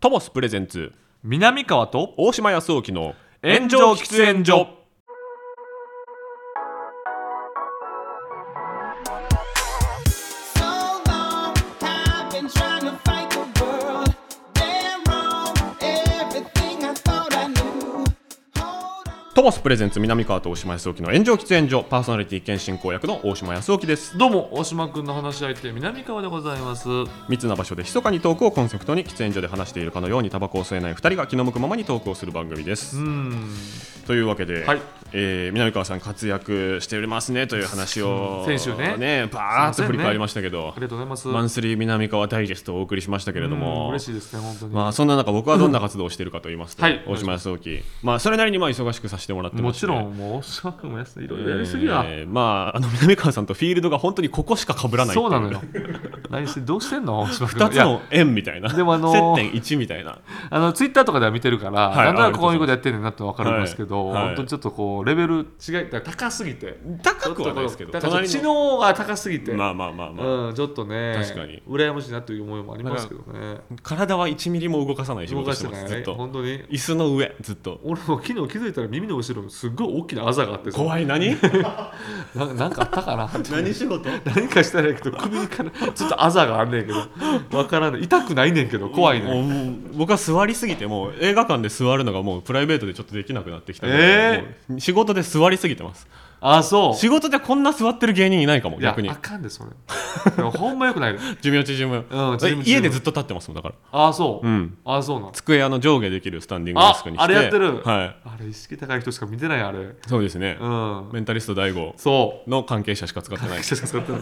トモスプレゼンツ南川と大島康沖の炎上喫煙所トモスプレゼンツ南川と大島康沖の炎上喫煙所パーソナリティ兼進行役の大島康沖ですどうも大島君の話し相手南川でございます密な場所で密かにトークをコンセプトに喫煙所で話しているかのようにタバコを吸えない2人が気の向くままにトークをする番組です、うんというわけで、はいえー南川さん活躍しておりますねという話を先週ねバーッとすいませんね振り返りましたけど、ありがとうございますマンスリー南川ダイジェストをお送りしましたけれどうもん嬉しいですね本当に、まあそんな中僕はどんな活動をしているかと言いますと、はい大島康沖、まあ、それなりにまあ忙しくさせてもらってまもしてちろんもう大島君もやすいろいろやりすぎだ、えーまああの南川さんとフィールドが本当にここしか被らないっていそうなのよ来週どうして んの大島君2ついやの円みたいなでもあのー接点1みたいなあのツイッターとかでは見てるから、はいなんとなくこういうことやってんねんなって分かるんですけはど、いはい本当にちょっとこうレベル違いだから高すぎて高くはないですけどちょっとこうだか隣ら知の能が高すぎて、まあまあまあまあ、うん、ちょっとね確かに羨ましいなという思いもありますけどね体は1ミリも動かさない仕動事かししててますないずっと本当に椅子の上ずっと俺も昨日気づいたら耳の後ろにすっごい大きなあざがあってさ怖い何ななんかあったかな何仕事 何かしたらやけど首からちょっとあざがあんねんけどわからんねん痛くないねんけど怖いねんもう僕は座りすぎてもう映画館で座るのがもうプライベートでちょっとできなくなってきたので、えもう仕事で座りすぎてますあそう仕事でこんな座ってる芸人いないかもいや逆にあかんでそれ でもほんまよくないで寿命縮む、うん縮む家でずっと立ってますもんだから、あそう、うん、あそうなん机あの上下できるスタンディングデスクにしてああれやってるはあれ意識高い人しか見てないあれい、そうですね、うんメンタリスト大悟 そうの 関係者しか使ってない一緒しか使ってない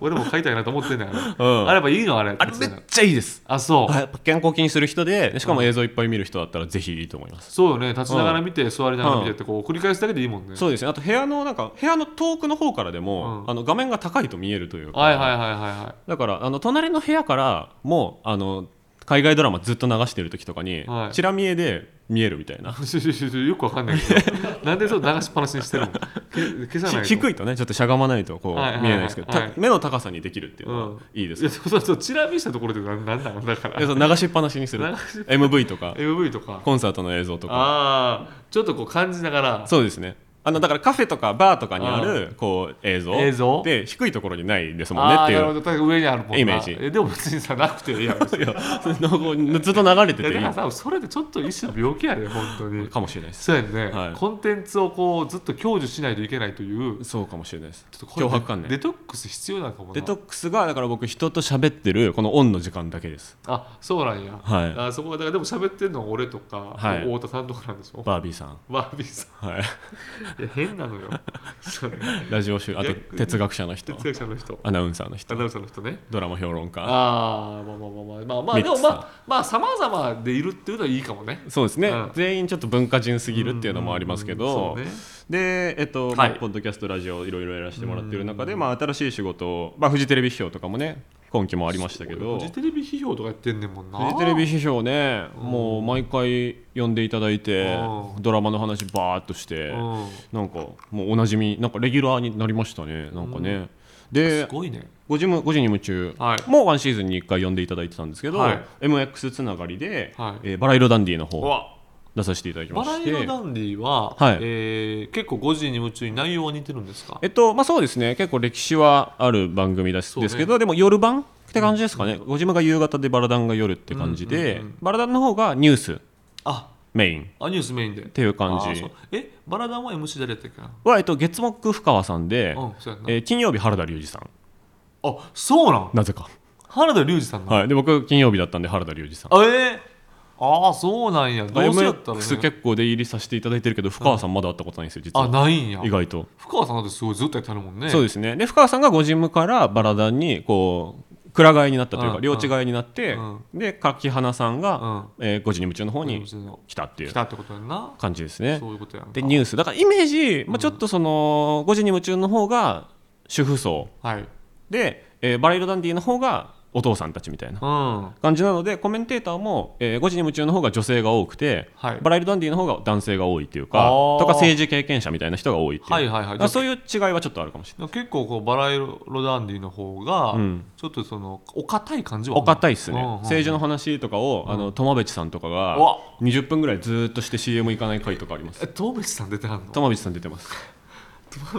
俺も買いたいなと思ってんねんあれ、うんあれやっぱいいのあれあれめっちゃいいですあそう、はい、健康気にする人でしかも映像いっぱい見る人だったらぜひいいと思います、そうよね立ちながら見て、座りながら見てってこう繰り返すだけでいいもんね、そうですねあと部屋のなんか部屋の遠くの方からでも、うんあの画面が高いと見えるというか、はいはいはいはいはだからあの隣の部屋からもうあの海外ドラマずっと流してる時とかに、はいチラ見えで見えるみたいないししし しよくわかんないけど なんでそう流しっぱなしにしてるのけ消さないしい低いとねちょっとしゃがまないとこう見はいはいえはいないですけど、たはい目の高さにできるっていうのうんは、いいですいやそうそうそうチラ見したところでなんなんなのだからで その流しっぱなしにする流しっ MV とか MV とかコンサートの映像とかああちょっとこう感じながらそうですねあのだからカフェとかバーとかにあるこう映像映像で低いところにないですもんねあっあていなるほうど確かに上にあるもんなイメージえでも別にさな くていいやん別にいいやずっと流れてていやだいからさそれでちょっと一種の病気やね本当にかもしれないですそうやんね、はいコンテンツをこうずっと享受しないといけないというそうかもしれないですちょっとこれ脅迫観デ念トックス必要なのかもなデトックスがだから僕人と喋ってるこのオンの時間だけですあそうなんや、はいあそこはだからでも喋ってるのは俺とか、はい太田さんとかなんでしょバービーさんバービーさはい んいや変なの よそれラジオ集あと逆に哲学者の人哲学者の人アナウンサーのア人ナウンサーの人ねドラマ評論家ああまあまあまあまあまあまあミでッもツさまんあまあさまざまでいるっていうのはいいかもねそうですね、うん全員ちょっと文化人すぎるっていうのもありますけど、うんうんうんそうねで、えっとはいまあポッドキャストラジオいろいろやらせてもらってる中で、まあ、新しい仕事を、まあ、フジテレビ批評とかもね今期もありましたけどフジテレビ批評とかやってんねんもんなフジテレビ批評ねもう毎回呼んでいただいてうドラマの話バーっとしてうんなんかもうおなじみなんかレギュラーになりましたねなんかねですごいね5時む5時に夢中はいもうワンシーズンに1回呼んでいただいてたんですけど、はい MX つながりで、はいえーバラ色ダンディのう方わ出させていただきまバラし色てダンディは、はいえー結構5時に夢中に内容は似てるんですかえっとまあそうですね結構歴史はある番組だしそうねですけどでも夜版って感じですかね、ごじむが夕方でバラダンが夜って感じで、うんうんバラダンの方がニュースあメインっあニュースメインでっていう感じえバラダンは MC 誰やったっけなは、えっと、月木深川さんで、うんそうやんなえー金曜日原田龍二さんあそうなんなぜか、原田龍二さんなのはい、で僕金曜日だったんで原田龍二さんあえー、ああそうなんやどうせやったら、ね、 MX 結構出入りさせていただいてるけど深川さんまだ会ったことないんですよ実あはないんや意外と、福川さんだってすごいずっとやってはるもんねそうでですねで深川さんがごジムからバラダンにこうくら替えになったといううんかうん領地替えになってうんでで柿花さんが、えー、5時に夢中の方に来たっていう来たってことやんな感じですねそういうことやんかでニュースだからイメージ、まあ、ちょっとその5時に夢中の方が主婦層はいで、えーバラ色ダンディの方がお父さんたちみたいなうん感じなのでコメンテーターも、えー、5時に夢中の方が女性が多くて、はいバラエルダンディの方が男性が多いっていうかあーとか政治経験者みたいな人が多いっていう、はいはいはいだからそういう違いはちょっとあるかもしれない。結構こうバラエロダンディの方が、うんちょっとそのお堅い感じはお堅いっすね、うんうんうん政治の話とかを、あの友淵さんとかがうわ20分ぐらいずーっとして CM 行かない回とかありますえトーベチさん出てはんの友淵さん出てます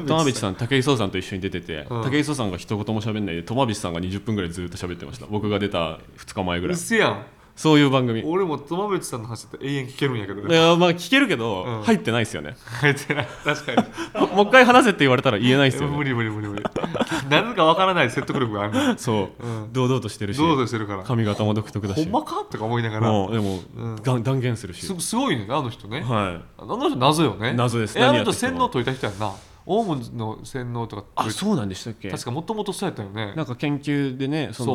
友淵さん武井壮さんと一緒に出てて、うん武井壮さんが一言も喋んないで友淵さんが20分ぐらいずーっと喋ってました僕が出た2日前ぐうらっいせやんそういう番組い俺もトマベチさんの話だって永遠聞けるんやけどねやまあ聞けるけど、うん入ってないですよね 入ってない確かにももう一回話せって言われたら言えないですよ無ね理無理無理無理何かわからない説得力がある のそう、うん堂々としてるしどうぞしてるから髪型も独特だほしんまかとか思いながらもうでも、うんがん断言するしすすごいねあの人ねはいあの人謎よね謎ですえあ何やのって人きた洗の脳解いた人やんなオウムの洗脳とかあそうなんでしたっけ確かもともとそうやったよねなんか研究でねその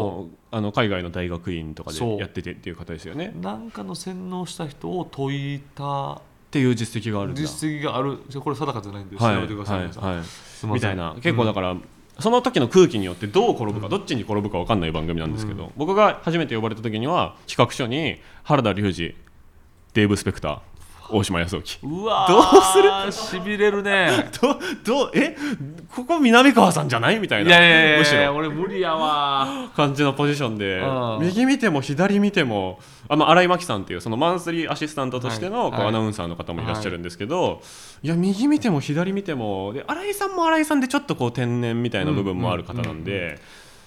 そあの海外の大学院とかそでうやっててっていう方ですよねなんかの洗脳した人を解いたっていう実績があるんだ実績があるじゃあこれ定かじゃないんで調はいべてください皆さんはいはいすませんみたいな結構だから、その時の空気によってどう転ぶか、どっちに転ぶか分かんない番組なんですけど、僕が初めて呼ばれた時には企画書に原田龍二デーブ・スペクター大島康之うわどうするしびれるねどどうえここ南川さんじゃないみた いいなやいやいやむいしやろ俺無理や わ感じのポジションでうん右見ても左見てもあの新井真紀さんっていうそのマンスリーアシスタントとしてはのいこはういアナウンサーの方もいらっしゃるんですけど、い、や右見ても左見てもで新井さんも新井さんでちょっとこう天然みたいな部分もある方なんで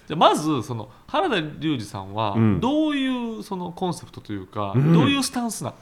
じゃあまずその原田龍二さんはうんどういうそのコンセプトというか、うんどういうスタンスなの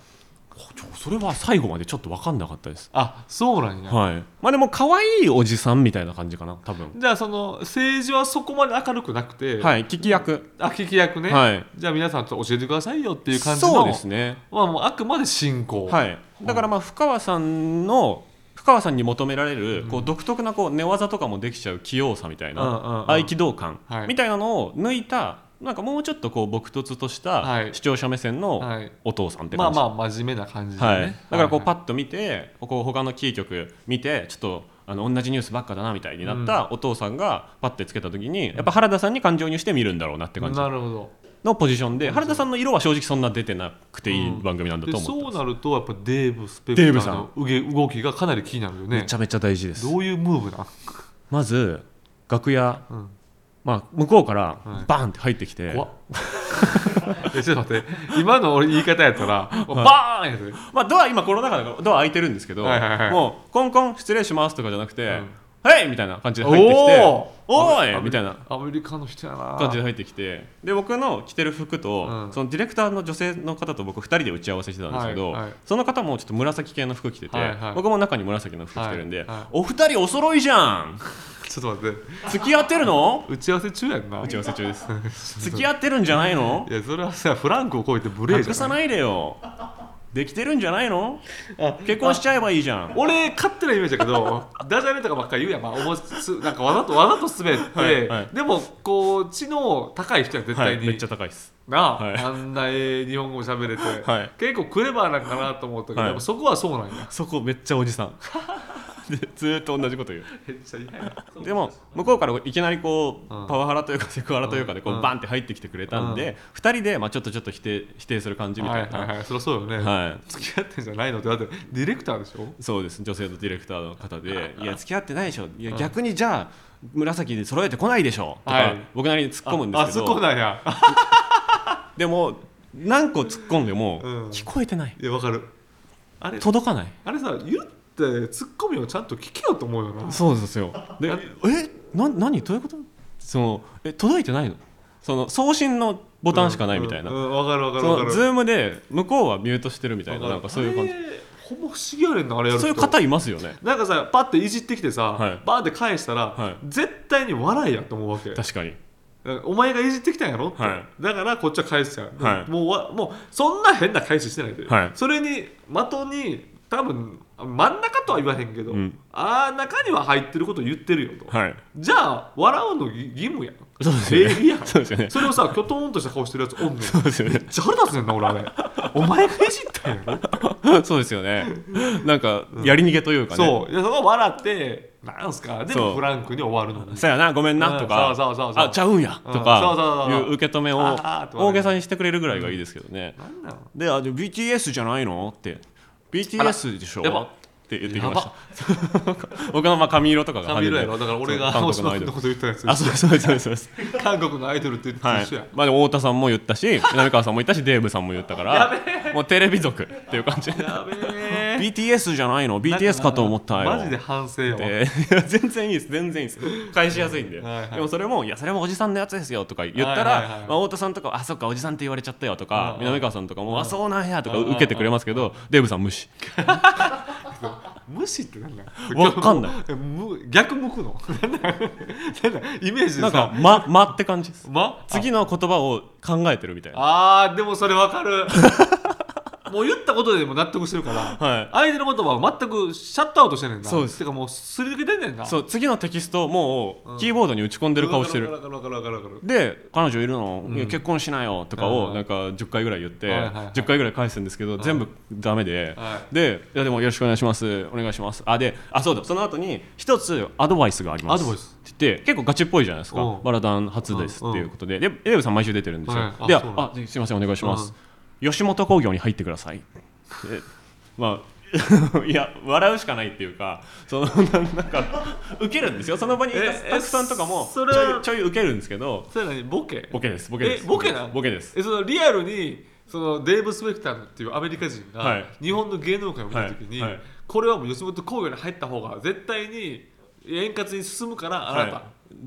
ちょそれは最後までちょっと分かんなかったです。あそうなんや、はい、まあでも可愛いおじさんみたいな感じかな多分じゃあその政治はそこまで明るくなくて、はい聞き役あ聞き役ね、はいじゃあ皆さんちょっと教えてくださいよっていう感じのそうですねまあ、もうあくまで進行、はい、だからまあ深川さんの深川さんに求められるうんこう独特なこう寝技とかもできちゃう器用さみたいうんうんうなん合気道感はいみたいなのを抜いたなんかもうちょっとこう僕とつとしはたい視聴者目線のはい、お父さんってまあ感じ、まあ真面目な感じでね、はい、だからこうパッッと見てこう他のキー局見てちょっとあの同じニュースばっかだなみたいになったお父さんがパッてつけた時にやっぱ原田さんに感情にして見るんだろうなって感じなるほどのポジションで原田さんの色は正直そんな出てなくていい番組なんだでと思ってそまうす、なるとやっぱデーブ・スペクタデーブーさのうげ動きがかなり気になるよねめちゃめちゃ大事ですどういうムーブなん、まず楽屋、うんまあ、向こうからはいバーンって入ってきて、怖っ えちょっと待って今の俺言い方やったら、バーンやでまあ、ドア今コロナ禍だからドア開いてるんですけど、はいはいはいもうコンコン失礼しますとかじゃなくてうん「はい!」みたいな感じで入ってきておー「おーあい!」みたいなアメリカの人やな感じで入ってきてで僕の着てる服と、うんそのディレクターの女性の方と僕2人で打ち合わせしてたんですけど、はいはいその方もちょっと紫系の服着てて、はいはい僕も中に紫の服着てるんで「はいはいお二人お揃いじゃんちょっと待って付き合ってる の?打ち合わせ中やんな」打ち合わせ中です付 いき合ってるんじゃないのやそれはさフランクを超えて無礼隠じさゃないないでよできてるんじゃないのあ結婚しちゃえばいいじゃん俺勝手なイメージだけどダジャレとかばっかり言うやん、まあ、おもつなんかわざとわざと滑って、はいはいでもこう知能高い人や絶は対い、に、めっちゃ高いですなあ,、はいあんなええ日本語も喋れて、はい結構クレバーなんかなと思ったけど、はいやっぱそこはそうなんやそこめっちゃおじさん でずーっと同じこと言うめっちゃ嫌やでも向こうからいきなりこうパうんワハラというかセクハラというかでこううんバンって入ってきてくれたんで2人でまあちょっとちょっと否定否定する感じみはたいいな、はいはいそりゃそうよね、は付き合ってんじゃないのってだってディレクターでしょそうです女性のディレクターの方で「いや付き合ってないでしょいや逆にじゃあ紫で揃えてこないでしょ」とか、はい僕なりに突っ込むんですけあどそこなんやあでも何個突っ込んでもうん聞こえてない、いやわかるあれ届かないあれさ言ってツッコミをちゃんと聞けよと思うよなそうですよ。で、え、な、何、どういうこと。その、え、届いてないの。その送信のボタンしかないみたいな。うんうんわ、かるわかるわそかのるズームで、向こうはミュートしてるみたいな、なんかそういう感じ。じほぼ不思議やねんなあれやるそういう人方いますよね。なんかさパッていじってきてさ、はいバーって返したら、はい絶対に笑いやと思うわけ確かに。お前がいじってきたんやろって、はだからこっちは返すやん、はいもうわもうそんな変な返ししてないで、はいそれに的に多分真ん中とは言わへんけど、うんあー中には入ってること言ってるよと、はい。じゃあ笑うの義義務やんそうですよ礼ね。儀やんそうですよね。それをさきょとんとした顔してるやつおんねんめっそうですよね。ちゃ腹立つねんな俺あれ お前がいじったんやろそうですよね。なんか、やり逃げというかね。そういやそこは笑ってなんすかでそもうフランクに終わるのにさやなごめんなうんとか、そうそうそうそうあちゃうんやうとんそうそうかいそうそうう受け止めをあーって大げさにしてくれるぐらいがいいですけどね。なんなので、あで BTS じゃないのって、BTS でしょやばって言ってきました。 僕のまあ髪色とかがサ派手ビでロやろだから俺がそう青韓国の島アイ君ドルのこ。と言ったやつあ、そうですそうですそうですそうです。韓国のアイドルって言ってはい 一緒や、。まあでも太田さんも言った し、南川さんも言ったし、デーブさんも言ったから、もうテレビ族っていう感じ。 やべえ BTS じゃないの ?BTS かと思ったよ。マジで反省よっていや 全然いいです全然いいです返しやすいんで、はいはいでもそれも「いやそれもおじさんのやつですよ」とか言ったら、はいはいはいはいまあ、太田さんとか「あそっかおじさんって言われちゃったよ」とうんかうん南川さんとかも「あそうなんや」とかうんうん受けてくれますけどデーブさん無視無視ってなんだわかんないむ逆向くの なんだなんだイメージなでんかさ「ま」まって感じですま次の言葉を考えてるみたいなあーでもそれわ かるもう言ったことでも納得してるからはい相手の言葉を全くシャットアウトしてんねんなそうですてかもうすり抜けてんねんなそうう次のテキストをもうキーボードに打ち込んでる顔してるわかるわかるわかるわかるわかるで彼女いるの、うんいや結婚しなよとかうをんなんか10回ぐらい言って、はいはいはい10回ぐらい返すんですけど、全部ダメで、はでいやでもよろしくお願いしますお願いしますあであそうだその後に一つアドバイスがありますアドバイスって言って結構ガチっぽいじゃないですかうんバラダン初ですっていうことででエレブさん毎週出てるんですよ、はいあでそうなんあだあすいませんお願いします、吉本興業に入ってくださいでまあ いや笑うしかないっていうかそのななんか受けるんですよその場にいたえスタッフさんとかもちそょれはいちょい受けるんですけどそれ何ボケボケですボケですえボケなんボケですえそのリアルにそのデーブ・スペクターっていうアメリカ人が、はい日本の芸能界を見た時に、はいはいこれはもう吉本興業に入った方が絶対に円滑に進むからあなた、はい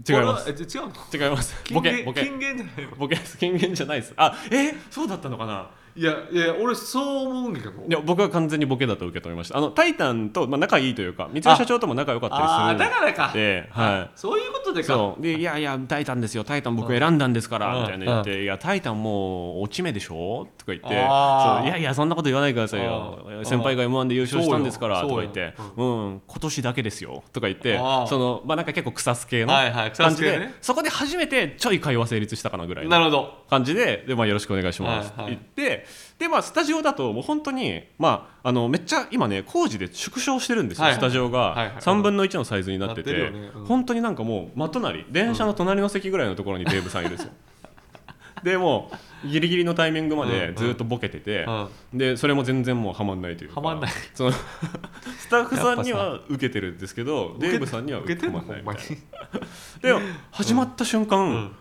違いますこれはえじゃ違うの違います金ボケ言ボケ金言じゃないよボケです金言じゃないですあえそうだったのかないやいや俺そう思うんだけどいや僕は完全にボケだと受け止めましたあのタイタンと、まあ、仲いいというか三井社長とも仲良かったりするあーだからかで、はそういうことでい、かそうでいやいや「タイタンですよタイタン僕選んだんですから」うんみたいな言って「いやタイタンもう落ち目でしょ?」とか言って「あーそういやいやそんなこと言わないでくださいようん先輩が m 1で優勝したんですから」とそか言うよって「うん今年だけですよ」とか言ってあーそのまあなんか結構草津系のはいはい感じで、草津系ねそこで初めてちょい会話成立したかなぐらいのなるほど感じでで、まあ、よろしくお願いしますってはい言はいって、で、まあ、スタジオだともう本当に、まあ、あのめっちゃ今ね工事で縮小してるんですよ、はいスタジオはいはがい3分の1のサイズになってて,、なってるよねうん本当になんかもう真隣電車の隣の席ぐらいのところにデーブさんいるんですよ。 でもうギリギリのタイミングまうんうでんずっとボケてて、うんでそれも全然もうはまんないというかはまんないそ のスタッフさんには受けてるんですけどデーブさんには受けてんのはほまんないんみまたいになで始まった瞬間、うん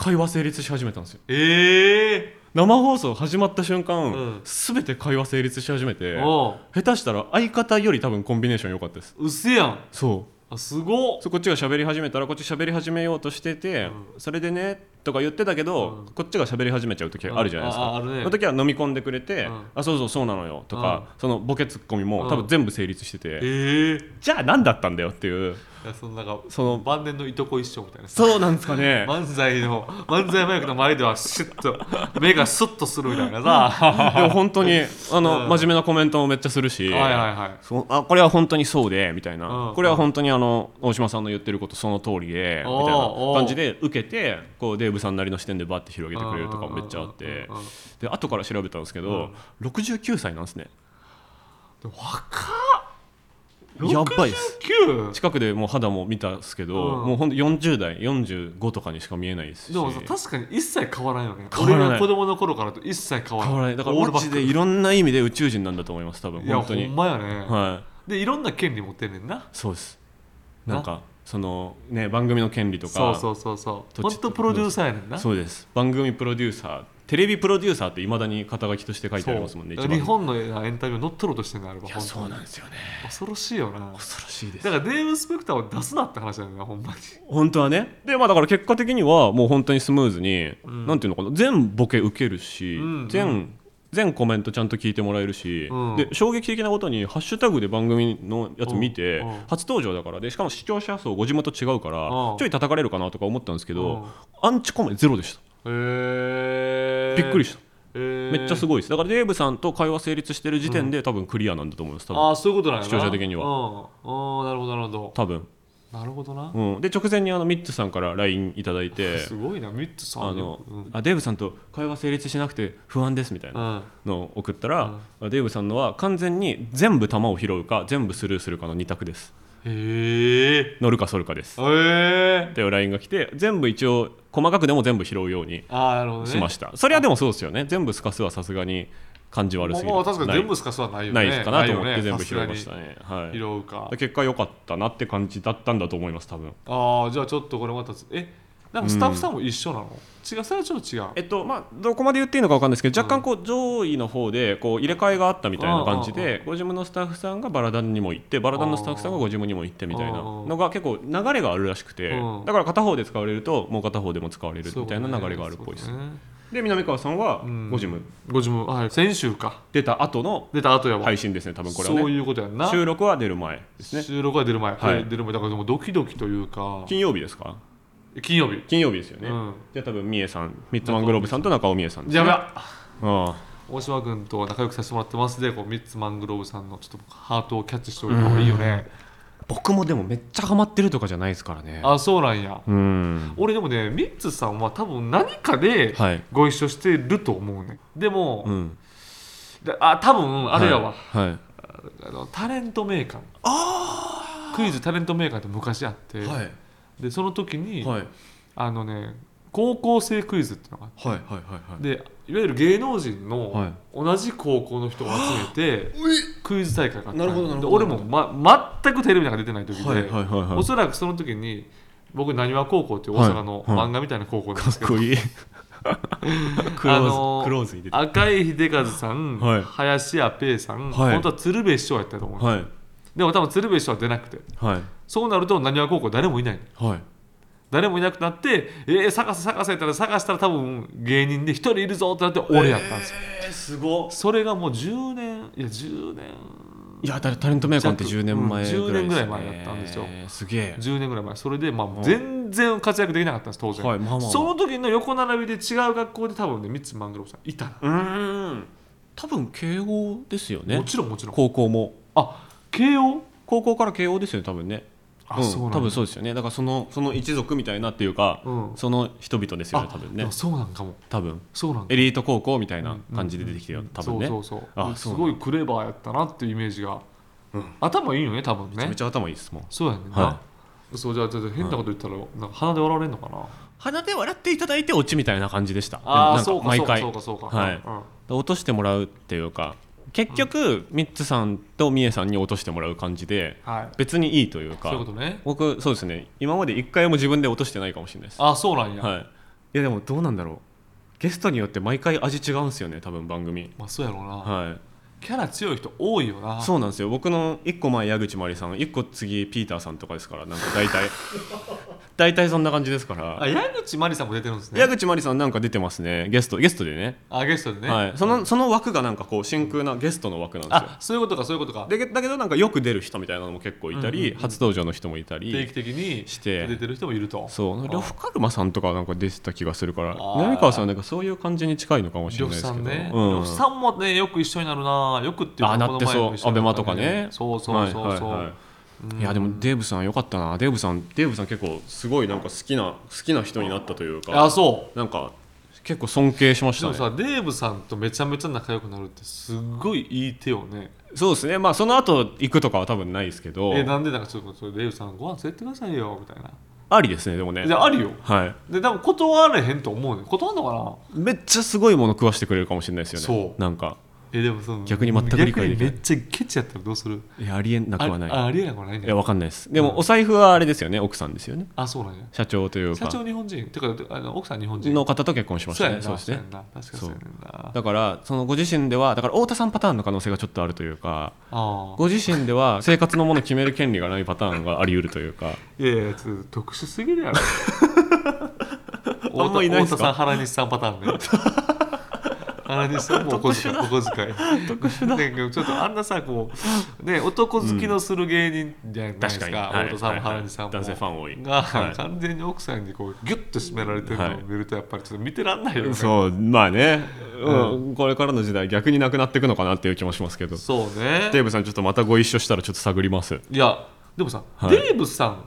会話成立し始めたんですよええ生放送始まった瞬間んすべ、全て会話成立し始めてお下手したら相方より多分コンビネーション良かったですうせやんそあすごっうそうこっちが喋り始めたらこっち喋り始めようとしてて、それでねとか言ってたけど、こっちが喋り始めちゃう時あるじゃないですうんあか、あるねその時は飲み込んでくれて、うんあそうそうそうなのよとか、そのボケツッコミも多分全部成立してて、ええじゃあ何だったんだよっていういやそのなんかそ の晩年のいとこ一緒みたいなそうなんですかね漫才の漫才マイクの前ではシュッと目がスッとするみたいな さでも本当にあの、うん真面目なコメントもめっちゃするし、 はいはいはいそうあこれは本当にそうでみたいな、うんこれは本当にあの大島さんの言ってることその通りでみおーたいな感じで受けてこうデーブさんなりの視点でバッて広げてくれるとかもめっちゃあってうんうんうんうんで後から調べたんですけど、69歳なんですね若っやばいっす 69? 近くでもう肌も見たっすけど、うんもうほんと40代45とかにしか見えないですしでもさ確かに一切変わらないよね変わらない俺が子供の頃からと一切変わ変らないわらないだからオールマバッジクでいろんな意味で宇宙人なんだと思います多分いや本当ほにんまやね、はいでいろんな権利持ってんねんなそうですなんかそのね番組の権利とかそうそうそうそうどっ本ち当プロデューサーやねんなそうです番組プロデューサーテレビプロデューサーっていまだに肩書きとして書いてありますもんねそう一番日本のエンタメを乗っ取ろうとしてんのあればいやそうなんですよね恐ろしいよな恐ろしいでだからデーブ・スペクターを出すなって話だよねほんまに本当はねでまあだから結果的にはもう本当にスムーズに、んなんていうのかな全ボケ受けるし、うん全全コメントちゃんと聞いてもらえるし、うんで衝撃的なことにハッシュタグで番組のやつ見て、うんうん初登場だからでしかも視聴者層ご地元違うから、うんちょい叩かれるかなとか思ったんですけど、アンチコメゼロでした、へえびっくりししたためめっちゃすごいごいですだからデーブさんと会話成立してる時点で、多分クリアなんだと思います多分ああそういうことなんやな視聴者的にはうんうんなるほどなるほど多分、なるほどなうん、で直前にあのミッツさんから LINE いただいてすごいなミッツさんあねの、うんあデーブさんと会話成立しなくて不安ですみたいなうんのを送ったら、デーブさんのは完全に全部球を拾うか全部スルーするかの2択ですへえ乗るかそるかですっえていう LINE が来て全部一応細かくでも全部拾うようにああなるほどねしました、それはでもそうですよね全部すかすはさすがに感じ悪すぎまあまあ確かに全部すかすはないよなねいないかなと思っていよ全ね部拾いましたねはさすがにい拾うか結果良かったなって感じだったんだと思います多分ああじゃあちょっとこれまたえなんかスタッフさんも一緒なの、違うそれはちょっと違うえっとまあ、どこまで言っていいのか分かんないですけど若干こう上位の方でこう入れ替えがあったみたいな感じうんうんでご自分のスタッフさんがバラダンにも行ってバラダンのスタッフさんがご自分にも行ってみたいなうんうんのが結構流れがあるらしくてうんだから片方で使われるともう片方でも使われるみたいな流れがあるっぽいですそうだねで南川さんはうんご自分ご自分はい先週か出た後の出た後やば、配信ですね多分これはそうねいうことやんな収録は出る前ですね収録が出る前、これはい出る前だからでもドキドキというか金曜日ですか金曜日金曜日ですよね、うんじゃあ多分三重さんミッツマングローブさんと中尾三重さんです、ね、やばああ大島君と仲良くさせてもらってますでこうミッツマングローブさんのちょっとハートをキャッチしておいた方がいいよね、僕もでもめっちゃハマってるとかじゃないですからねあそうなんやうん俺でもねミッツさんは多分何かではいご一緒してると思うねでも、うんであ多分あれやわ、はい、はいあのタレント名鑑クイズタレント名鑑って昔あって、はいでその時に、はいあのね高校生クイズっていうのがあってはいはいはいでいわゆる芸能人はのい同じ高校の人を集めて、クイズ大会があったのなるほどなるほどで俺も、ま、全くテレビなんか出てない時で、はいはいはいはいおそらくその時に僕なにわ高校っていう大阪のはいはい漫画みたいな高校なんかですっけど、こ いいクローズ、あのークローズに出て赤井秀和さん、はい林家ペイさん、はい本当は鶴瓶師匠やったと思う、はいでも多分鶴瓶師匠は出なくてはいそうなるとなにわ高校誰もいないのはい誰もいなくなってえー、探せ探せってなったら探したら多分芸人で一人いるぞってなって俺やったんですよ、えー、すごそれがもう10年いや10年いやだタレント名鑑って10年前うんぐらいです、ね10年ぐらい前だったんですよすげえ10年ぐらい前それでまうあん全然活躍できなかったんです当然、はいまあまあまあその時の横並びで違う学校で多分ねミッツ・マングローブさんいたな、うーん多分慶応ですよねもちろんもちろん高校もあ慶応高校から慶応ですよね多分ねあんそうなんだ多分そうですよねだからそのその一族みたいなっていうか、うんその人々ですよね多分でねもそうなんかも多分そうなんかエリート高校みたいな感じで出てきてよ、多分ねそうそうそうあすそうごいクレバーやったなっていうイメージが、うん頭いいよね多分めちゃめねちゃ頭いいですもんそうやねんな、はそうじゃあちょっと変なこと言ったら、なんか鼻で笑われるのかな鼻で笑っていただいてオチみたいな感じでしたああでそもうなんか毎そうか回そうかそうかはいうんうん落としてもらうっていうか結局、ミッツさんとミエさんに落としてもらう感じではい別にいいというかそういうことね僕そうですね今まで一回も自分で落としてないかもしれないですあそうなんや、はい、いやでもどうなんだろうゲストによって毎回味違うんですよね多分番組まあそうやろうな、はキャラ強い人多いよないそうなんですよ僕の1個前矢口真理さん1個次ピーターさんとかですからなんか大体 大体そんな感じですからあ矢口真理さんも出てるんですね矢口真理さんなんか出てますねゲストゲストでねあゲストでね、はい、そのその枠がなんかこう真空なゲストの枠なんですよあそういうことかそういうことかでだけだけどなんかよく出る人みたいなのも結構いたり、うんうんうん初登場の人もいた定り期的にして出てる人もいるとそう呂呂布布カルマさんとかなんか出てた気がするからー浪川さんはなんかそういう感じに近いのかもしれないですけさどんねうん呂布さんもねよく一緒になるなよくっていうかあなこっのて前そうも一緒になったアベマとかねそうそうそうそう、はいはいはいうんいやでもデーブさんよかったなデーブさんデーブさん結構すごいなんか好きな好きな人になったというかあそうなんか結構尊敬しましでたもねさデーブさんとめちゃめちゃ仲良くなるってすごいいい手をねそうですねまあその後行くとかは多分ないですけどえなんでなんかちょっとそれデーブさんご飯連れてってくださいよみたいなありですねでもねじゃああるよはいで多分断れへんと思うね断んのかなめっちゃすごいもの食わしてくれるかもしれないですよねそうなんかえでもその逆に全く理解できない逆にめっちゃケチやったらどうするいやありえなくはないああありえなくはないいねやわかんないですでもお財布はあれですよね奥さんですよねあそうなんや社長という社か長日本人てかあの奥さん日本人の方と結婚しましそたうやねねんそうなですそうやねねんな確かにそうやねんなだからそのご自身ではだから太田さんパターンの可能性がちょっとあるというかああご自身では 生活のものを決める権利がないパターンがあり得るというかいやいやちょっと特殊すぎ るやろあんまいないっす太か田さん原西さんパターンね 原西さんもお小遣いお小遣い特殊だちょっとあんなさこうね男好きのする芸人じゃないですか,、確かにはい太田さんもはい原西さんも、男性ファン多いが、はい完全に奥さんにこうギュッと締められてるのを見るとやっぱりちょっと見てらんないよね、そうまあね、うんこれからの時代逆になくなっていくのかなっていう気もしますけどそうねデーブさんちょっとまたご一緒したらちょっと探りますいやでもさ、はいデーブさん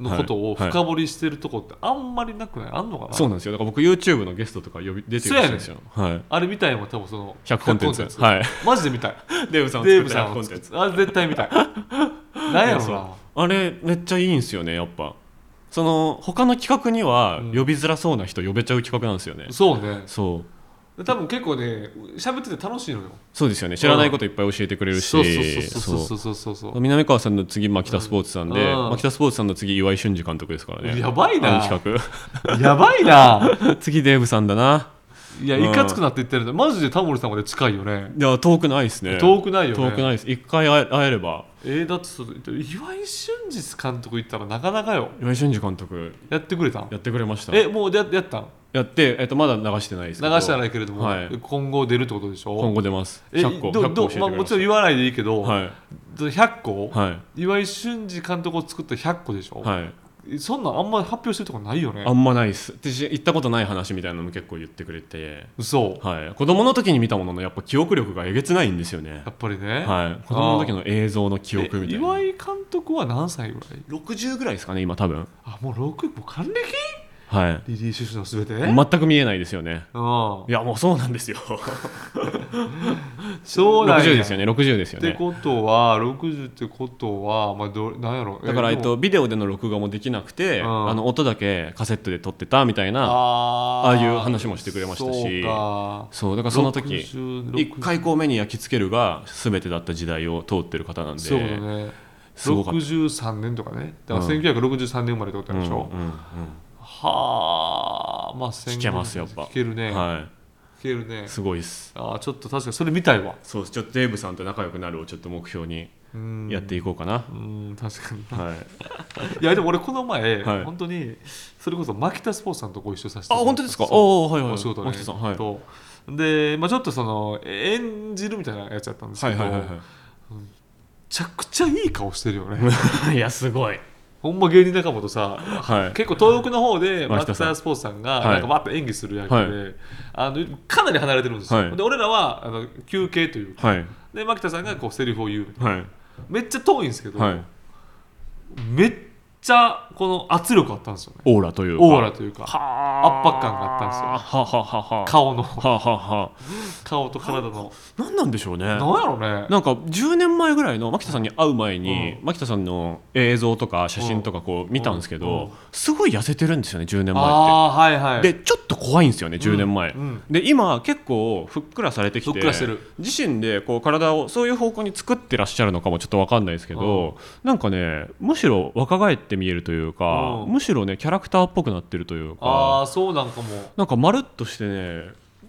のことを深掘りしてるとこってあんまりなくないあんのかなそうなんですよだから僕 YouTube のゲストとか呼び出てるらしいんですよ、はいあれ見たいもん多分その100コンテンツはいマジで見たい デーブさんをデー作っブたさ100んコをンテンツあ絶対見たいなんやろそうなあれめっちゃいいんすよねやっぱその他の企画にはうん呼びづらそうな人呼べちゃう企画なんですよね、そうねそう多分結構ね喋ってて楽しいのよそうですよね知らないこといっぱい教えてくれるしそうそうそうそうそうそうそう南川さんの次、まあ、北スポーツさんで、うんまあ、北スポーツさんの次岩井俊二監督ですからねやばいなあの企やばいな画 次デーブさんだないやうんいかつくなっていってるんだマジでタモリさんまで近いよねいや遠くないですね遠くないよね遠くないです一回会え会えればえー、だってそれ岩井俊二監督行ったらなかなかよ岩井俊二監督やってくれたんやってくれましたえもうややったんやって、えっと、まだ流してないで流すけどしてはないけれども、はい今後出るってことでしょ今後出ますえ100個ど100ど個教えてくれままあ、すもちろん言わないでいいけど、は100個い、はい岩井俊二監督を作った100個でしょ、はい、そんなんあんま発表してるとこないよねあんまないです私行ったことない話みたいなのも結構言ってくれて、嘘はい、子供の時に見たもののやっぱ記憶力がえげつないんですよねやっぱりね、はい、 子供の時の映像の記え憶みたい岩な井監督は何歳ぐらい60ぐらいですかね今多分あもう6もう還暦はいリリー・シュシュのすべて、全く見えないですよねういやもうそうなんですよ ん、そうなんや60ですよね60ですよってねことは60ってことは、まあ、どなんやろだから、えっでもと、ビデオでの録画もできなくて、うんあの音だけカセットで撮ってたみたいなあーああいう話もしてくれましたしそうかそうだからその時60 60一回こう目に焼き付けるが全てだった時代を通ってる方なんでそうだねすごかった63年とかねだからうん1963年生まれってことうんでうしんょ、はあまあ聞聞けますやっぱ聞けるね、うんは聞けるねいすごいっすあーちょっと確かにそれ見たいわそうですちょっとデーブさんと仲良くなるをちょっと目標にうんやっていこうかな、うん確かにはいいやでも俺この前、はい本当にそれこそマキタスポーツさんとご一緒させてあもら本った当ですかそうおおはいはいお仕事ね牧田さんはいはいとで、まあ、ちょっとその演じるみたいなやつだったんですけはいど、はいめちゃくちゃいい顔してるよ ねはいいやすごいほんま芸人仲間とさはい結構東北の方でマ牧スタ田さんースポーツさんがはいなんかバッと演技する役で、はいあのかなり離れてるんですよ、はいで俺らはあの休憩というかはいで牧田さんがこうセリフを言うみたいなはいめっちゃ遠いんですけど、はいめっちゃこの圧力あったんですよねオーラというかオーラというかは圧迫感があったんですよはははは 顔のははは顔と体の何なんでしょうねなんやろねなんか10年前ぐらいの牧田さんに会う前に、う牧田さんの映像とか写真とかこう見たんですけど、うんすごい痩せてるんですよね10年前っああはいはいて。でちょっと怖いんですよね10年前。うんうんで今結構ふっくらされてきてふっくらしてる自身でこう体をそういう方向に作ってらっしゃるのかもちょっと分かんないですけど、なんかねむしろ若返って見えるというか、うんむしろねキャラクターっぽくなってるというあかあそうなんかもなんかまるっとしてね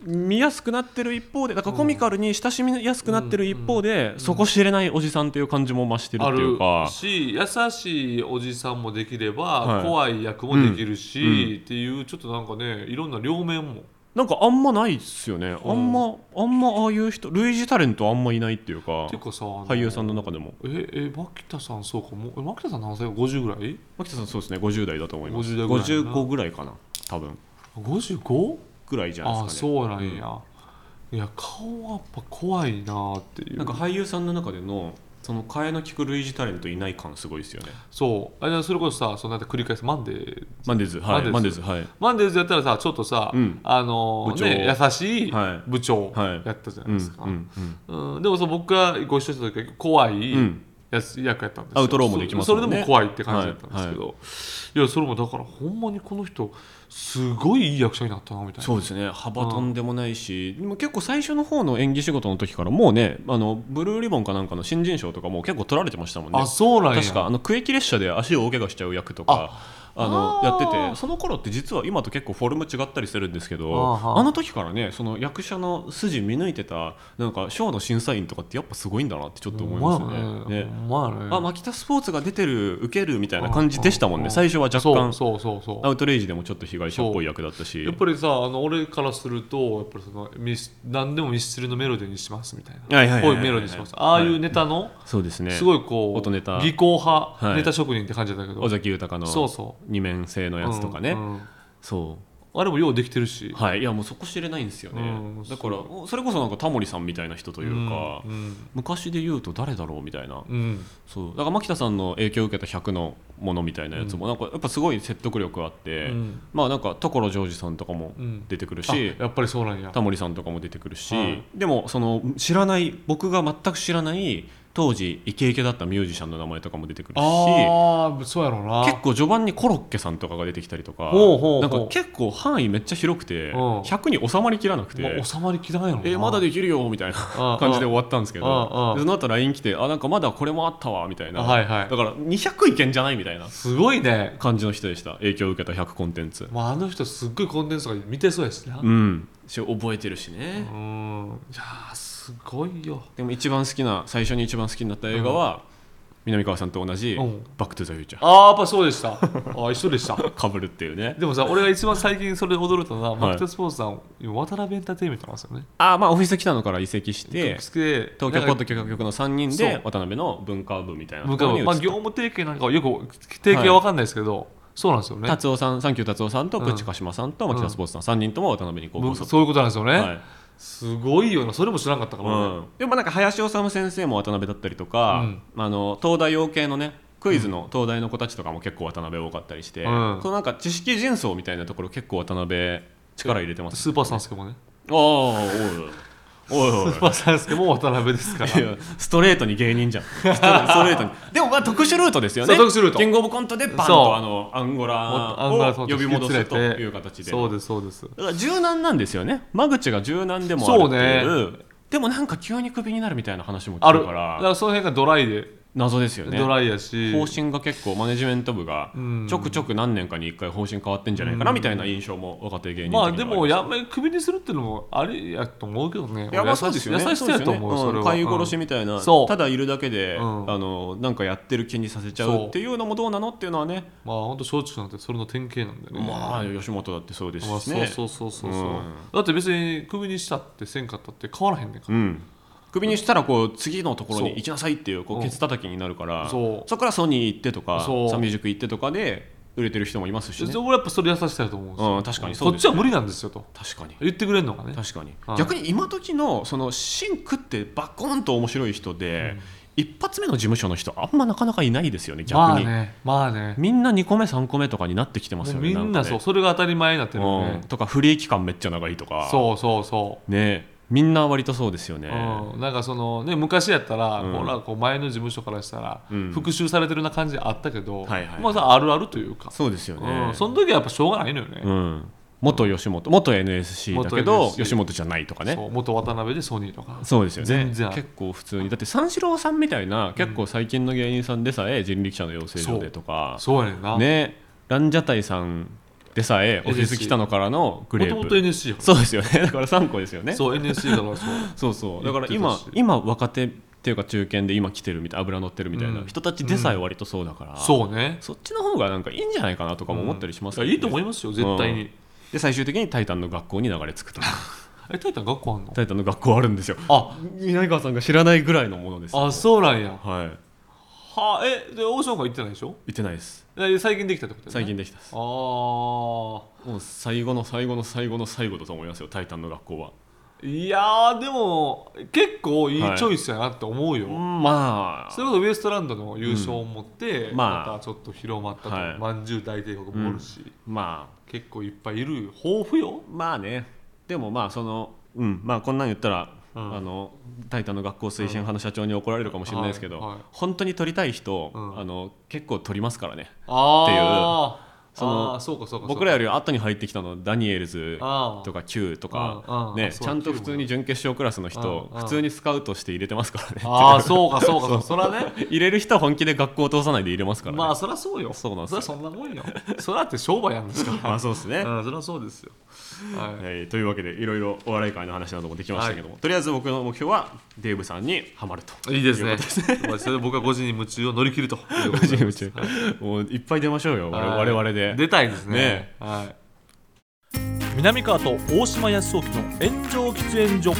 見やすくなってる一方でなんかコミカルに親しみやすくなってる一方で、そこ知れないおじさんっていう感じも増してるっあていうるかし優しいおじさんもできれば、はい怖い役もできるし、うんっていうちょっとなんかねいろんな両面もなんかあんまないっすよねあんまあんまああいう人類似タレントあんまいないっていうかていうかさ俳優さんの中ででもええ牧田さんそうかもうえ牧田さん何歳 ?50 ぐらい牧田さんそうですね50代だと思います50代ぐらいな55ぐらいかな多分 55? ぐらいじゃないああですかねそうなんや、いや顔はやっぱ怖いなーっていうなんか俳優さんの中でのその替えの利く類似タレントいない感すごいですよねそうあれそれこそさそのなんて繰り返すマンデーマンデーズはいママンンデデーーズはいマンデーズやったらさちょっとさ、うんあの部長ね、優しいは部長はいやったじゃなういんですか、うんうんうんでもさ僕がご一緒した時は怖いうんやつ、役やったんですよアウトローもできますそもんれねでも怖いって感じだったんですけど、いやそれもだからほんまにこの人すごいいい役者になったなみたいなそうですね幅とんでもないし、でも結構最初の方の演技仕事の時からもうねあのブルーリボンかなんかの新人賞とかもう結構取られてましたもんねあそうなんや確かあの区域列車で足を大怪我しちゃう役とかあのあやーっててその頃って実は今と結構フォルム違ったりするんですけどあーはーあの時からねその役者の筋見抜いてたなんかショーの審査員とかってやっぱすごいんだなってちょっと思いますよね。ねまあねあマキタスポーツが出てる受けるみたいな感じでしたもんうんうんうねん最初は若干そうそうそうそうアウトレイジでもちょっと被害者っぽい役だったしやっぱりさあの俺からするとやっぱりそのミス何でもミスチルのメロディーにしますみたいな、はいはいはいはいこういうメロディーにしますああいうネタの、そうですねすごいこう音ネタ技巧派、はいネタ職人って感じだったけど尾崎豊のそうそう二面性のやつとかね、うんうんそあれもようできてるうしはいいやもうそこ知れないんですよね、うんだからおそれこそなんかタモリさんみたいな人とというか、うん昔で言うと誰だろうみたいなうんうんそうだから牧田さんの影響を受けた100のものみたいなやつもなんかやっぱすごい説得力あって、うんまあなんか所ジョージさんとかもうん出てくるし、あやっぱりそうなんやタモリさんとかも出てくるし、はいでもその知らない僕が全く知らない当時イケイケだったミュージシャンの名前とかも出てくるしああそうやろうな結構序盤にコロッケさんとかが出てきたりとかほうほうほうなんか結構範囲めっちゃ広くてうん100に収まりきらなくて「まあ、収まりきらんやろうなえまだできるよ」みたいな 感感じで終わったんですけうんどうんでその後 LINE 来て「あなんかまだこれもあったわ」みたいな、はいはいだから200いけんじゃないみたいなすごいね感じの人でした影響を受けた100コンテンツまあ、あの人すっごいコンテンツとか見てそうですね。うんし覚えてるしね、うん。いやーすごいよ。でも一番好きな最初に一番好きになった映画は、南川さんと同じうん「バック・トゥ・ザ・フューチャーああやっぱそうでした。あー一緒でした。」かぶるっていうねでもさ俺が一番最近それで驚いたのは、いマクテスポーツさん今渡辺エンターテインメントなんですよね。あまあオフィス北野から移籍して好きで東京ポッド許可局の3人そうで渡辺の文化部みたいなと僕ころに移っは、まあ、た業務提携なんかはよく提携は分かんないですけど、そうなんですよね。達夫さん、サンキュー達夫さんと、うんプチカシマさんと、牧田スポーツさん、3人とも渡辺にこう、僕こそそういうことなんですよね。はいすごいよな。それも知らなかったから、うんでもまあなんか林修先生も渡辺だったりとか、うんあの東大養系のね、クイズの東大の子たちとかも結構渡辺多かったりして、うんそのなんか知識人層みたいなところ、結構渡辺、力入れてます。スーパーサンスケもね。ああ、おいおいおいおいスーパーサンスケも渡辺ですから。いやストレートに芸人じゃんストレストレートに でもまあ特殊ルートですよねそう特殊ルートキングオブコントでバンそうとあのアンゴラアンゴラをと呼び戻すという形でそうですそうです。だから柔軟なんですよね間口が柔軟でもあるっていうでもなんか急にクビになるみたいな話もあ聞るくかだかららその辺がドライで、謎ですよねドライやし方針が結構マネジメント部がうんちょくちょく何年かに1回方針変わってんじゃないかなみたいな印象も若手芸人まあ的でにはもやめクビにするっていうのもありやと思うけどいねや俺まあそうですよね優しさやと思そうそですれよねは飼い殺しみたいな、そうただいるだけで、うんあのなんかやってる気にさせちゃそううっていうのもどうなのっていうのはね、まあ本当小中なんてそれの典型なんだよねまあ吉本だってそうでまあすしそうねそうそうそうそう、うんだって別にクビにしたってせんかったって変わらへんねんかうら、ん首にしたらこう次のところそうに行きなさいっていうこううんケツ叩きになるから、そうこからソニー行ってとかそうサンミュージック行ってとかで売れてる人もいますしねで俺やっぱそれ優しさやと思うんですよ、うん確かにそこうっですちは無理なんですよと確かに言ってくれるのがね確かに、はい逆に今時のそのシンクってバコーンと面白い人で、一発目の事務所の人あんまなかなかいないですよね逆に、まあねまあねみんな2個目3個目とかになってきてますよもうねみんなかそうねそれが当たり前になってるようねん、とか不利益感めっちゃ長いとかそうそうそうねみんな割とそうですよね、うん、なんかそのね昔やったら、うんほらこう前の事務所からしたら、うん復讐されてるような感じあったけど、はいはいはいまあさあるあるというか、そうですよね、うん、その時はやっぱしょうがないのよね、うん元吉本元 NSC だけど元 NSC 吉本じゃないとかねそう元渡辺でソニーとかそうですよね全然ある結構普通にだって三四郎さんみたいな結構最近の芸人さんでさえ人力車の養成所でとか、そうやねんな、ねランジャタイさんでさえオフィス北野からのグもレとーもプと NSC よそうですよね だから3個ですよねそう NSC だからそう そうそうだから言っ今てたし今若手っていうか中堅で今来てるみたい油乗ってるみたいなうん人たちでさえ割とそうだから、そうねそっちの方がなんかいいんじゃないかなとかも思ったりしますけいやどいいと思いますよ絶対に、うんで最終的に「タイタン」の学校に流れ着く とえタイタン学校あんのタイタンの学校あるんですよあ南川さんが知らないぐらいのものですよあそうなんやはい行はえでオーションが行ってないでしょってないですえ最近できたってことだ最よね近できたですああもう最後の最後の最後の最後だと思いますよ「タイタン」の学校はいやーでも結構いいチョイスやなって思うよ、まあそれこそウエストランドの優勝を持って、うんままあたちょっと広まったと、はいまんじゅう大帝国もおるし、まあ結構いっぱいいる豊富よまあねでもまあそのうんまあこんなん言ったら、うんあのタイタンの学校推進派の社長に怒られるかもしれないですけど、うんはいはい本当に取りたい人、うんあの結構取りますからねあーそのあーそうかそうかそうか僕らより後に入ってきたのダニエルズあーとか Q とあかー、あーね、そうちゃんと普通に準決勝クラスの人あー普通にスカウトして入れてますからねああそうかそうかそう かそらね入れる人は本気で学校を通さないで入れますからね、まあそらそうよそうなんですそらよそんなもんよそらって商売やんですか まあそうですね、ら、うん、そらそうですよ、はいはいというわけでいろいろお笑い界の話などもできましたけども、とりあえず僕の目標はデーブさんにはまるといいですいうねことで。 まあそれで僕は5時に夢中を乗り切るというこ五とで。時に夢中 もういっぱい出ましょうよ、我々我々で出たいですねねはい南川と大島康雄の炎上喫煙所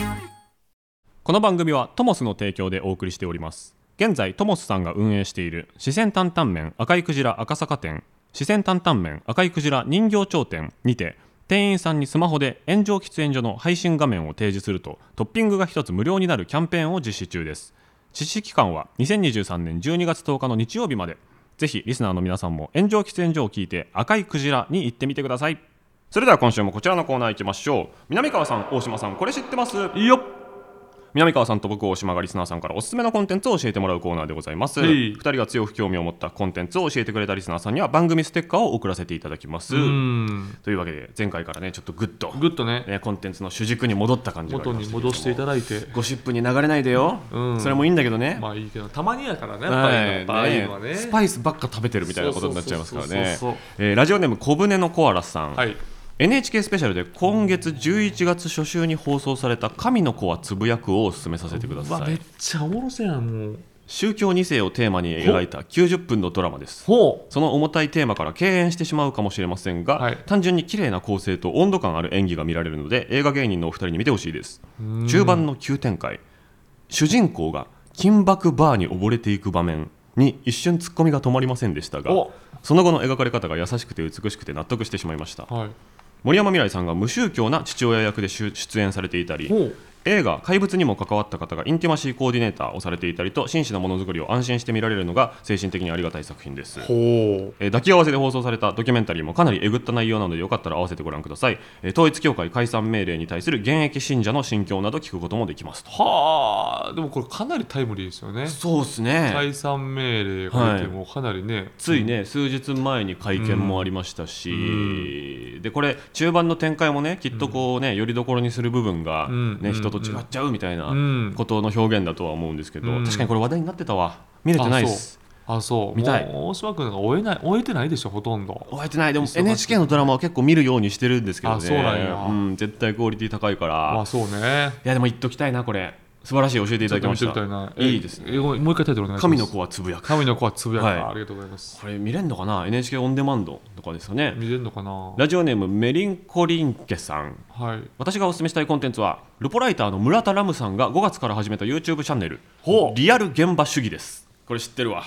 この番組はトモスの提供でお送りしております現在トモスさんが運営している四川担々麺赤いクジラ赤坂店四川担々麺赤いクジラ人形町店にて店員さんにスマホで炎上喫煙所の配信画面を提示するとトッピングが1つ無料になるキャンペーンを実施中です実施期間は2023年12月10日の日曜日までぜひリスナーの皆さんも炎上喫煙所を聞いて赤いクジラに行ってみてくださいそれでは今週もこちらのコーナー行きましょう南川さん大島さんこれ知ってますいいよ南川さんと僕大島がリスナーさんからおすすめのコンテンツを教えてもらうコーナーでございます、はい二人が強く興味を持ったコンテンツを教えてくれたリスナーさんには番組ステッカーを送らせていただきます、うんというわけで前回からねちょっとグッと、グッとねね、コンテンツの主軸に戻った感じがあり元ましにた戻していだただいてゴシップに流れないでよ、うんそれもいいんだけどね、まあいいけどたまにやからねやっぱりはいやっぱああいうのはねねスパイスばっか食べてるみたいなことになっちゃいますからねそうそうそうそうそうえーラジオネーム小舟のコアラさん、はい NHK スペシャルで今月11月初週に放送された「神の子はつぶやく」をお勧めさせてくだうわさめいっちゃおもろそうやんもう宗教2世をテーマに描いた90分のドラマですほその重たいテーマから敬遠してしまうかもしれませんが、はい単純に綺麗な構成と温度感ある演技が見られるので映画芸人のお二人に見てほしいですう中盤の急展開主人公が金箔バーに溺れていく場面に一瞬ツッコミが止まりませんでしたがおその後の描かれ方が優しくて美しくて納得してしまいましたはい森山未來さんが無宗教な父親役で出出演されていたりほう映画「怪物」にも関わった方がインティマシーコーディネーターをされていたりと真摯なものづくりを安心して見られるのが精神的にありがたい作品ですほうえー抱き合わせで放送されたドキュメンタリーもかなりえぐった内容なのでよかったら合わせてご覧ください、えー統一教会解散命令に対する現役信者の心境など聞くこともできますとはあでもこれかなりタイムリーですよねそうですね解散命令が出てもかなりね、ついね数日前に会見もありましたし、でこれ中盤の展開もねきっとこうねよりどころにする部分が、うんねう人んと違っちゃうみたいなうんことの表現だとは思うんですけど、うん確かにこれ話題になってたわ見れてないですあそう見たいもう大島君なんか終えない終えてないでしょほとんど終えてないでも忙しい NHK のドラマは結構見るようにしてるんですけどねあそうなんやうん絶対クオリティ高いから、まあそうねいやでも言っときたいなこれ素晴らしい教えていただきましちょっと見てみたいなえいいですねえごめんもう一回タイトルお願いします神の子はつぶやく神の子はつぶやく、はいありがとうございますこれ見れるのかな NHK オンデマンドとかですかね見れるのかなラジオネームメリンコリンケさんはい私がお勧めしたいコンテンツはルポライターの村田ラムさんが5月から始めた YouTube チャンネルほうリアル現場主義ですこれ知ってるわ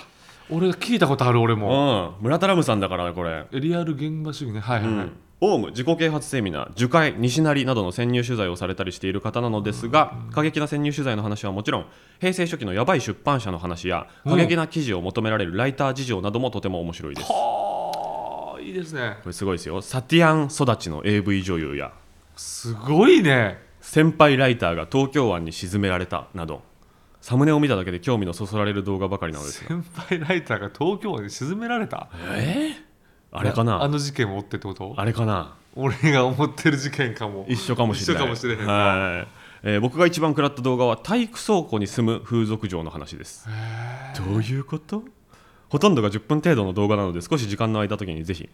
俺聞いたことある俺うもん村田ラムさんだからねこれリアル現場主義ねはいはういはい、んオウム自己啓発セミナー樹海西成などの潜入取材をされたりしている方なのですが過激な潜入取材の話はもちろん平成初期のやばい出版社の話や過激な記事を求められるライター事情などもとても面白いですこはあいいですねれすごいですよサティアン育ちの AV 女優やすごいね先輩ライターが東京湾に沈められたなどサムネを見ただけで興味のそそられる動画ばかりなのですが先輩ライターが東京湾に沈められたえあれかあなの事件を追ってってことあれかな俺が思ってる事件かも一緒かもしれない一緒かもしれへんなはいえー僕が一番食らった動画は体育倉庫に住む風俗嬢の話ですどういうことほとんどが10分程度の動画なので少し時間の空いた時にぜひ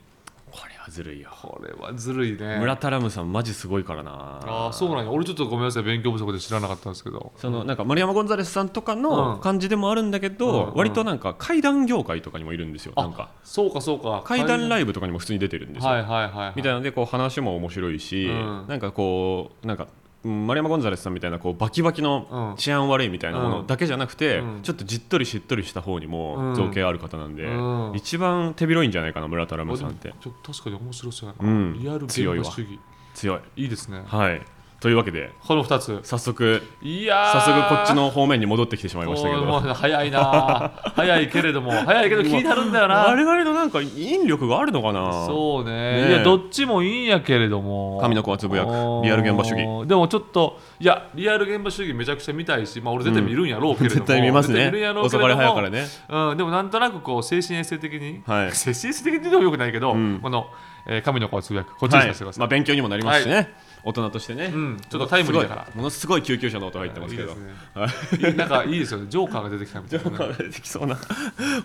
これはずるいよこれはずるいね村田ラムさんマジすごいからなああそうなんや俺ちょっとごめんなさい勉強不足で知らなかったんですけどそのなんか丸山ゴンザレスさんとかうのん感じでもあるんだけど、うんうん割となんか怪談業界とかにもいるんですよなんかそうかそうか怪談ライブとかにも普通に出てるんですよ、はいはいはいはいみたいなのでこう話も面白いし、うんなんかこうなんかうん丸山ゴンザレスさんみたいなこうバキバキのうん治安悪いみたいなものだけじゃなくて、うんちょっとじっとりしっとりした方にうもん造形ある方なんで、うん一番手広いんじゃないかな村田ラあムでさんもってちょっと確かに面白そうやな、うんリアル現強い場わ主義強いいいですねはいというわけでこの2つ早速いや早ー速こっちの方面に戻ってきてしまいましたけおーどもう早いな ー早いけれども早いけど気になるんだよ我な々のなんか引力があるのかなそうねねえいやどっちもいいんやけれども神の子はつぶやくおーリアル現場主義でもちょっといやリアル現場主義めちゃくちゃ見たいしまあ俺絶対見るんやろうけれども、絶対見ます絶対ね見るんやろうけ遅れかどれ早もかれねうん、でもなんとなくこう精神衛生的に、はい 精神衛生的にでもよくないけど、んこの、えー神の子をつぶやくこっちにはさいせてください、まあ、勉強にもなりますしね、大人としてね、うんちょっとタイムリーだからすごいものすごい救急車の音入ってますけど、いいですねはい なんかいいですよねジョーカーが出てきたみたいな、ね、なんか出てきそうなこ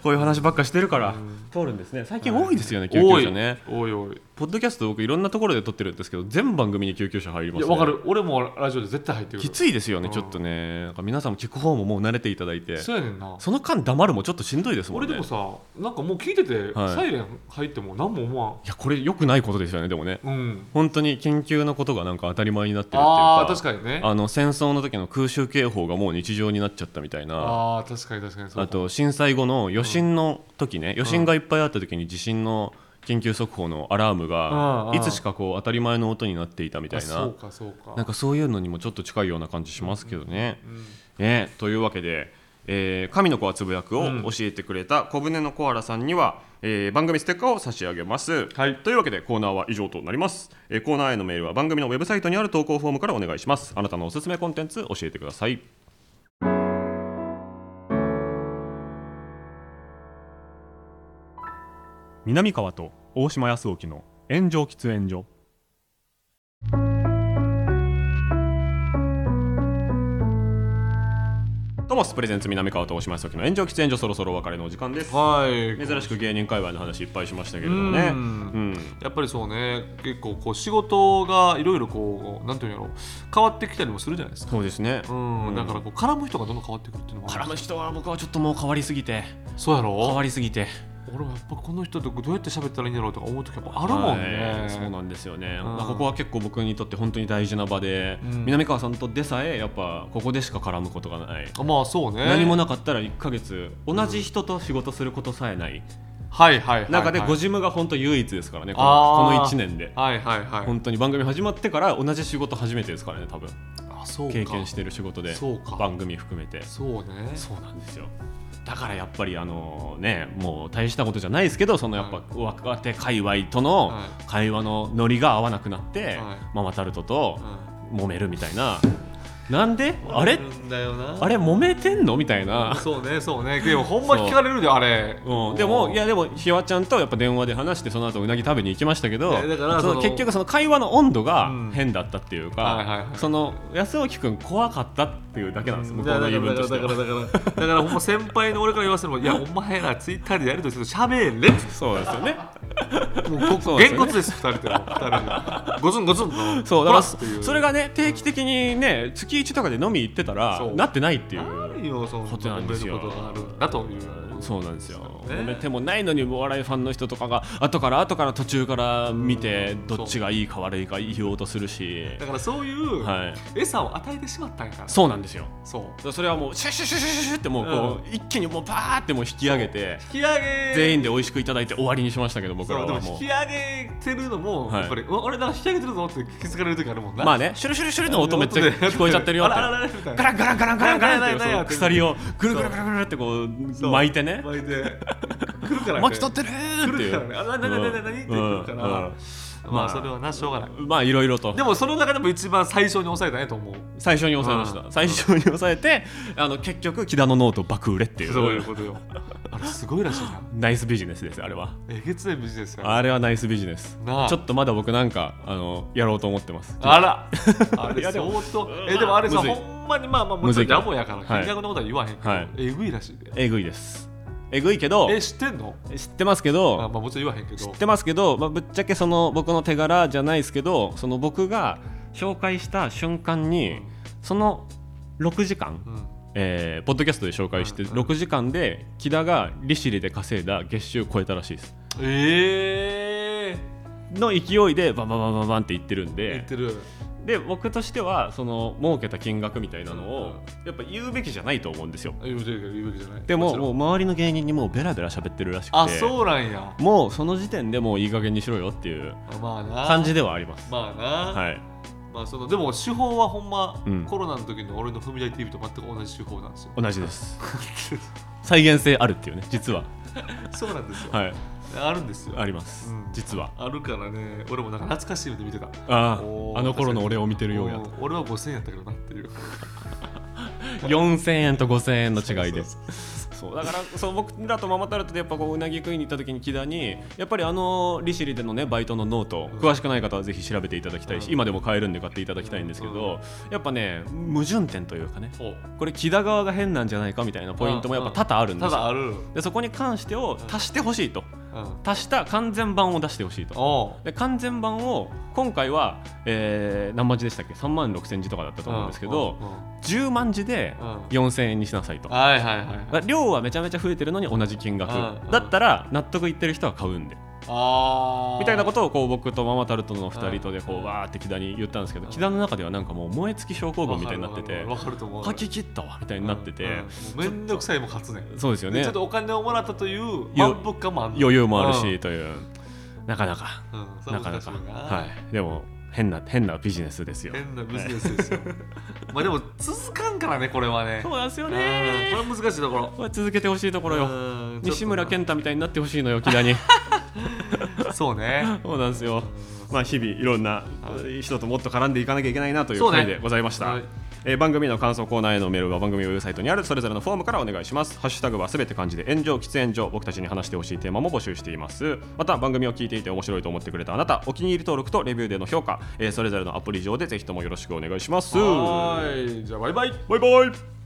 ういう話ばっかしてるから通るんですね最近多いですよね、救多急い車ね多い多いポッドキャスト僕いろんなところで撮ってるんですけど全番組に救急車入りまいすやねわかる俺もラジオで絶対入ってくるきついですよねちょっとねなんか皆さんも聞く方ももう慣れていただいてそうやねんなその間黙るもちょっとしんどいですもん俺ねでもさなんかもう聞いてて、はいサイレン入っても何も思いやこれ良くないことですよねでもねわんうん本当に緊急なことがなんか当たり前になってるっていうかあー確かにねあの戦争の時の空襲警報がもう日常になっちゃったみたいなあー確かに確かにそうあと震災後の余震の時ね、余震がいっぱいあった時に地震の緊急速報のアラームうんがうんいつしかこう当たり前の音になっていたみたあいそなうかそうかなんかそういうのにもちょっと近いような感じしますけどね。うんねというわけで、えー神の子はつぶやく」をうん教えてくれた小舟のコアラさんには、えー番組ステッカーを差し上げます。はいというわけでコーナーは以上となります、えーコーナーへのメールは番組のウェブサイトにある投稿フォームからお願いします。あなたのおすすめコンテンツ教えてください。南川と大島康沖の炎上喫煙所トモスプレゼンツ南川と大島康沖の炎上喫煙所そろそろお別れのお時間ですはい珍しく芸人界隈の話いっぱいしましたけれどもねううんんやっぱりそうね結構こう仕事がいろいろこうなんていうんやろ変わってきたりもするじゃないですかそうですねうん、うんだからこう絡む人がどんどん変わってくるっていうのもある絡む人は僕はちょっともう変わりすぎてそうや変ろわりすぎて俺はやっぱこの人とどうやって喋ったらいいんだろうとか思う時やっぱあるもんね、はいそうなんですよね、うんまあここは結構僕にとって本当に大事な場で、うん南川さんとでさえやっぱここでしか絡むことがない、まあそうね何もなかったら1ヶ月同じ人と仕事することさえないはいはいはい、はい、中でごジムが本当唯一ですからねこあのーこの1年ではいはいはい本当に番組始まってから同じ仕事初めてですからね多分あそうか経験してる仕事でそうか番組含めてそうねそうなんですよだからやっぱりあのねもう大したことじゃないですけどそのやっぱ若手界隈とのは会話のノリが合わなくなって、はいママタルトとう揉めるみたいななんでんあれるんだよなあれ揉めてんのみたいな、そうねそうねでもほんま聞かれるであれ、うん、でもいやでもひわちゃんとやっぱ電話で話してその後うなぎ食べに行きましたけどえだからそのその結局その会話の温度がうん変だったっていうか、はいはいはいその安沖君怖かったっていうだけなんです向こうだのか言らい分としてだからは。だからだからだからほんま先輩の俺から言わせるもいやお前らツイッターでやるとすると喋れっつそうですよねっても うそうですげんよねこつです2人でも2人でゴツンゴツンとそうだからほっていうそれがね定期的にね月1とかで飲み行ってたらそうなってないっていあうるよそのことなんですよ揉めることがあるんだというそうなんですよね揉めてもないのにお笑いファンの人とかが後から後から途中から見てそうどっちがいいか悪いか言おうとするしだからそういうはい餌を与えてしまったんやからそうなんですよそうだからそれはもうシュッシュッシュッシュッシュッシュッってもうこう一気にもうパーってもう引き上げて引き上げ全員で美味しくいただいて終わりにしましたけど僕らそうでもは引もき上げてるのもはいやっぱり、うわ俺ら引き上げてるぞって気づかれる時あるもんうなまあねシュルシュルシュルの音めっちゃ聞こえちゃってるよっあらあらてあらみたいガなランガランガランガランガランってないないないそなうい鎖をぐるぐるぐるぐるってこうそう巻いてね巻いて来るからね巻き取ってるーって来いるうからねあななななななにって来るかうらんうんままああそれはなしょうがないまあいろいろとでもその中でも一番最初に抑えたねと思う最初に抑えましうたん最初に抑えてあの結局木田のノート爆売れっていそういううことよ あれすごいらしいなナイスビジネスですあれはえげつないビジネスやあれはナイスビジネスなあちょっとまだ僕なんかあのやろうと思ってますあら あいれやで相も当えでもあれさむずいほんまにまあまあもむちずろいんラボやからはい金額のことは言わへんけど、はいえぐいらしいでえぐいですえぐいけどえ知ってんの知ってますけあどまあもちろん言わへんけど知ってますけど、まあ、ぶっちゃけその僕の手柄じゃないですけどその僕が紹介した瞬間にその6時間うんえーポッドキャストで紹介してうんうん6時間で木田が利尻で稼いだ月収超えたらしいですえの勢いでバンバンバンバンバンって言ってるんえ言でってるで僕としてはその儲けた金額みたいなのをやっぱ言うべきじゃないと思うんですよ言うてるけど言うわけじゃないでもちろんもう周りの芸人にもうベラベラ喋ってるらしくてあそうなんやもうその時点でもういい加減にしろよっていうあまあな感じではありますまあな、はいまあそのでも手法はほんま、うんコロナの時の俺の踏み台 TV と全く同じ手法なんですよ 同じです再現性あるっていうね実はそうなんですよ、はいあるんですよありますうん実はあるからね俺もなんか懐かしい目で見てたあおあーあの頃の俺を見てるようやうん俺は5000円やったけどなっていう4000円と5000円の違いでそそうだからそう僕らとママタルトでやっぱこううなぎ食いに行った時に木田にやっぱりあの利尻でのねバイトのノートん詳しくない方はぜひ調べていただきたいしうん今でも買えるんで買っていただきたいんですけうんうどやっぱね矛盾点というかねほうこれ木田側が変なんじゃないかみたいなポイントもやっぱ多々あるんで たすよだあるうんでそこに関してを足してほしいと足した完全版を出してほしいとおうで完全版を今回は、えー何万字でしたっけ3万6千字とかだったと思うんですけど、うんうん10万字でうん4000円にしなさいと、はいはいはいはいだから量はめちゃめちゃ増えてるのに同じ金額、うんうんだったら納得いってる人は買うんで、あーみたいなことをこう僕とママタルトの2人とでこう、うんわーって木田に言ったんですけど、うん木田の中ではなんかもう燃え尽き症候群みたいになっててわかると思う書き切ったわみたいになってて、うんうんもうめんどくさいもん勝つねんそうですよでねちょっとお金をもらったというよ満腹感もある余裕もあるし、というなかなかうんうんそれなはかな難しいかなはいでも変な変なビジネスですよ変なビジネスですよ まあでも続かんからねこれはねそうなんですようねんこれ難しいところこれ続けてほしいところようん西村ちょ健太みたいになってほしいのよ木田にっとなそうねそうなんですよまあ日々いろんな人ともっと絡んでいかなきゃいけないなというそうね回でございました、はいえー番組の感想コーナーへのメールは番組ウェブサイトにあるそれぞれのフォームからお願いしますハッシュタグはすべて漢字で炎上喫煙所僕たちに話してほしいテーマも募集していますまた番組を聞いていて面白いと思ってくれたあなたお気に入り登録とレビューでの評価、えーそれぞれのアプリ上でぜひともよろしくお願いしますはいじゃあバイバイバイバイ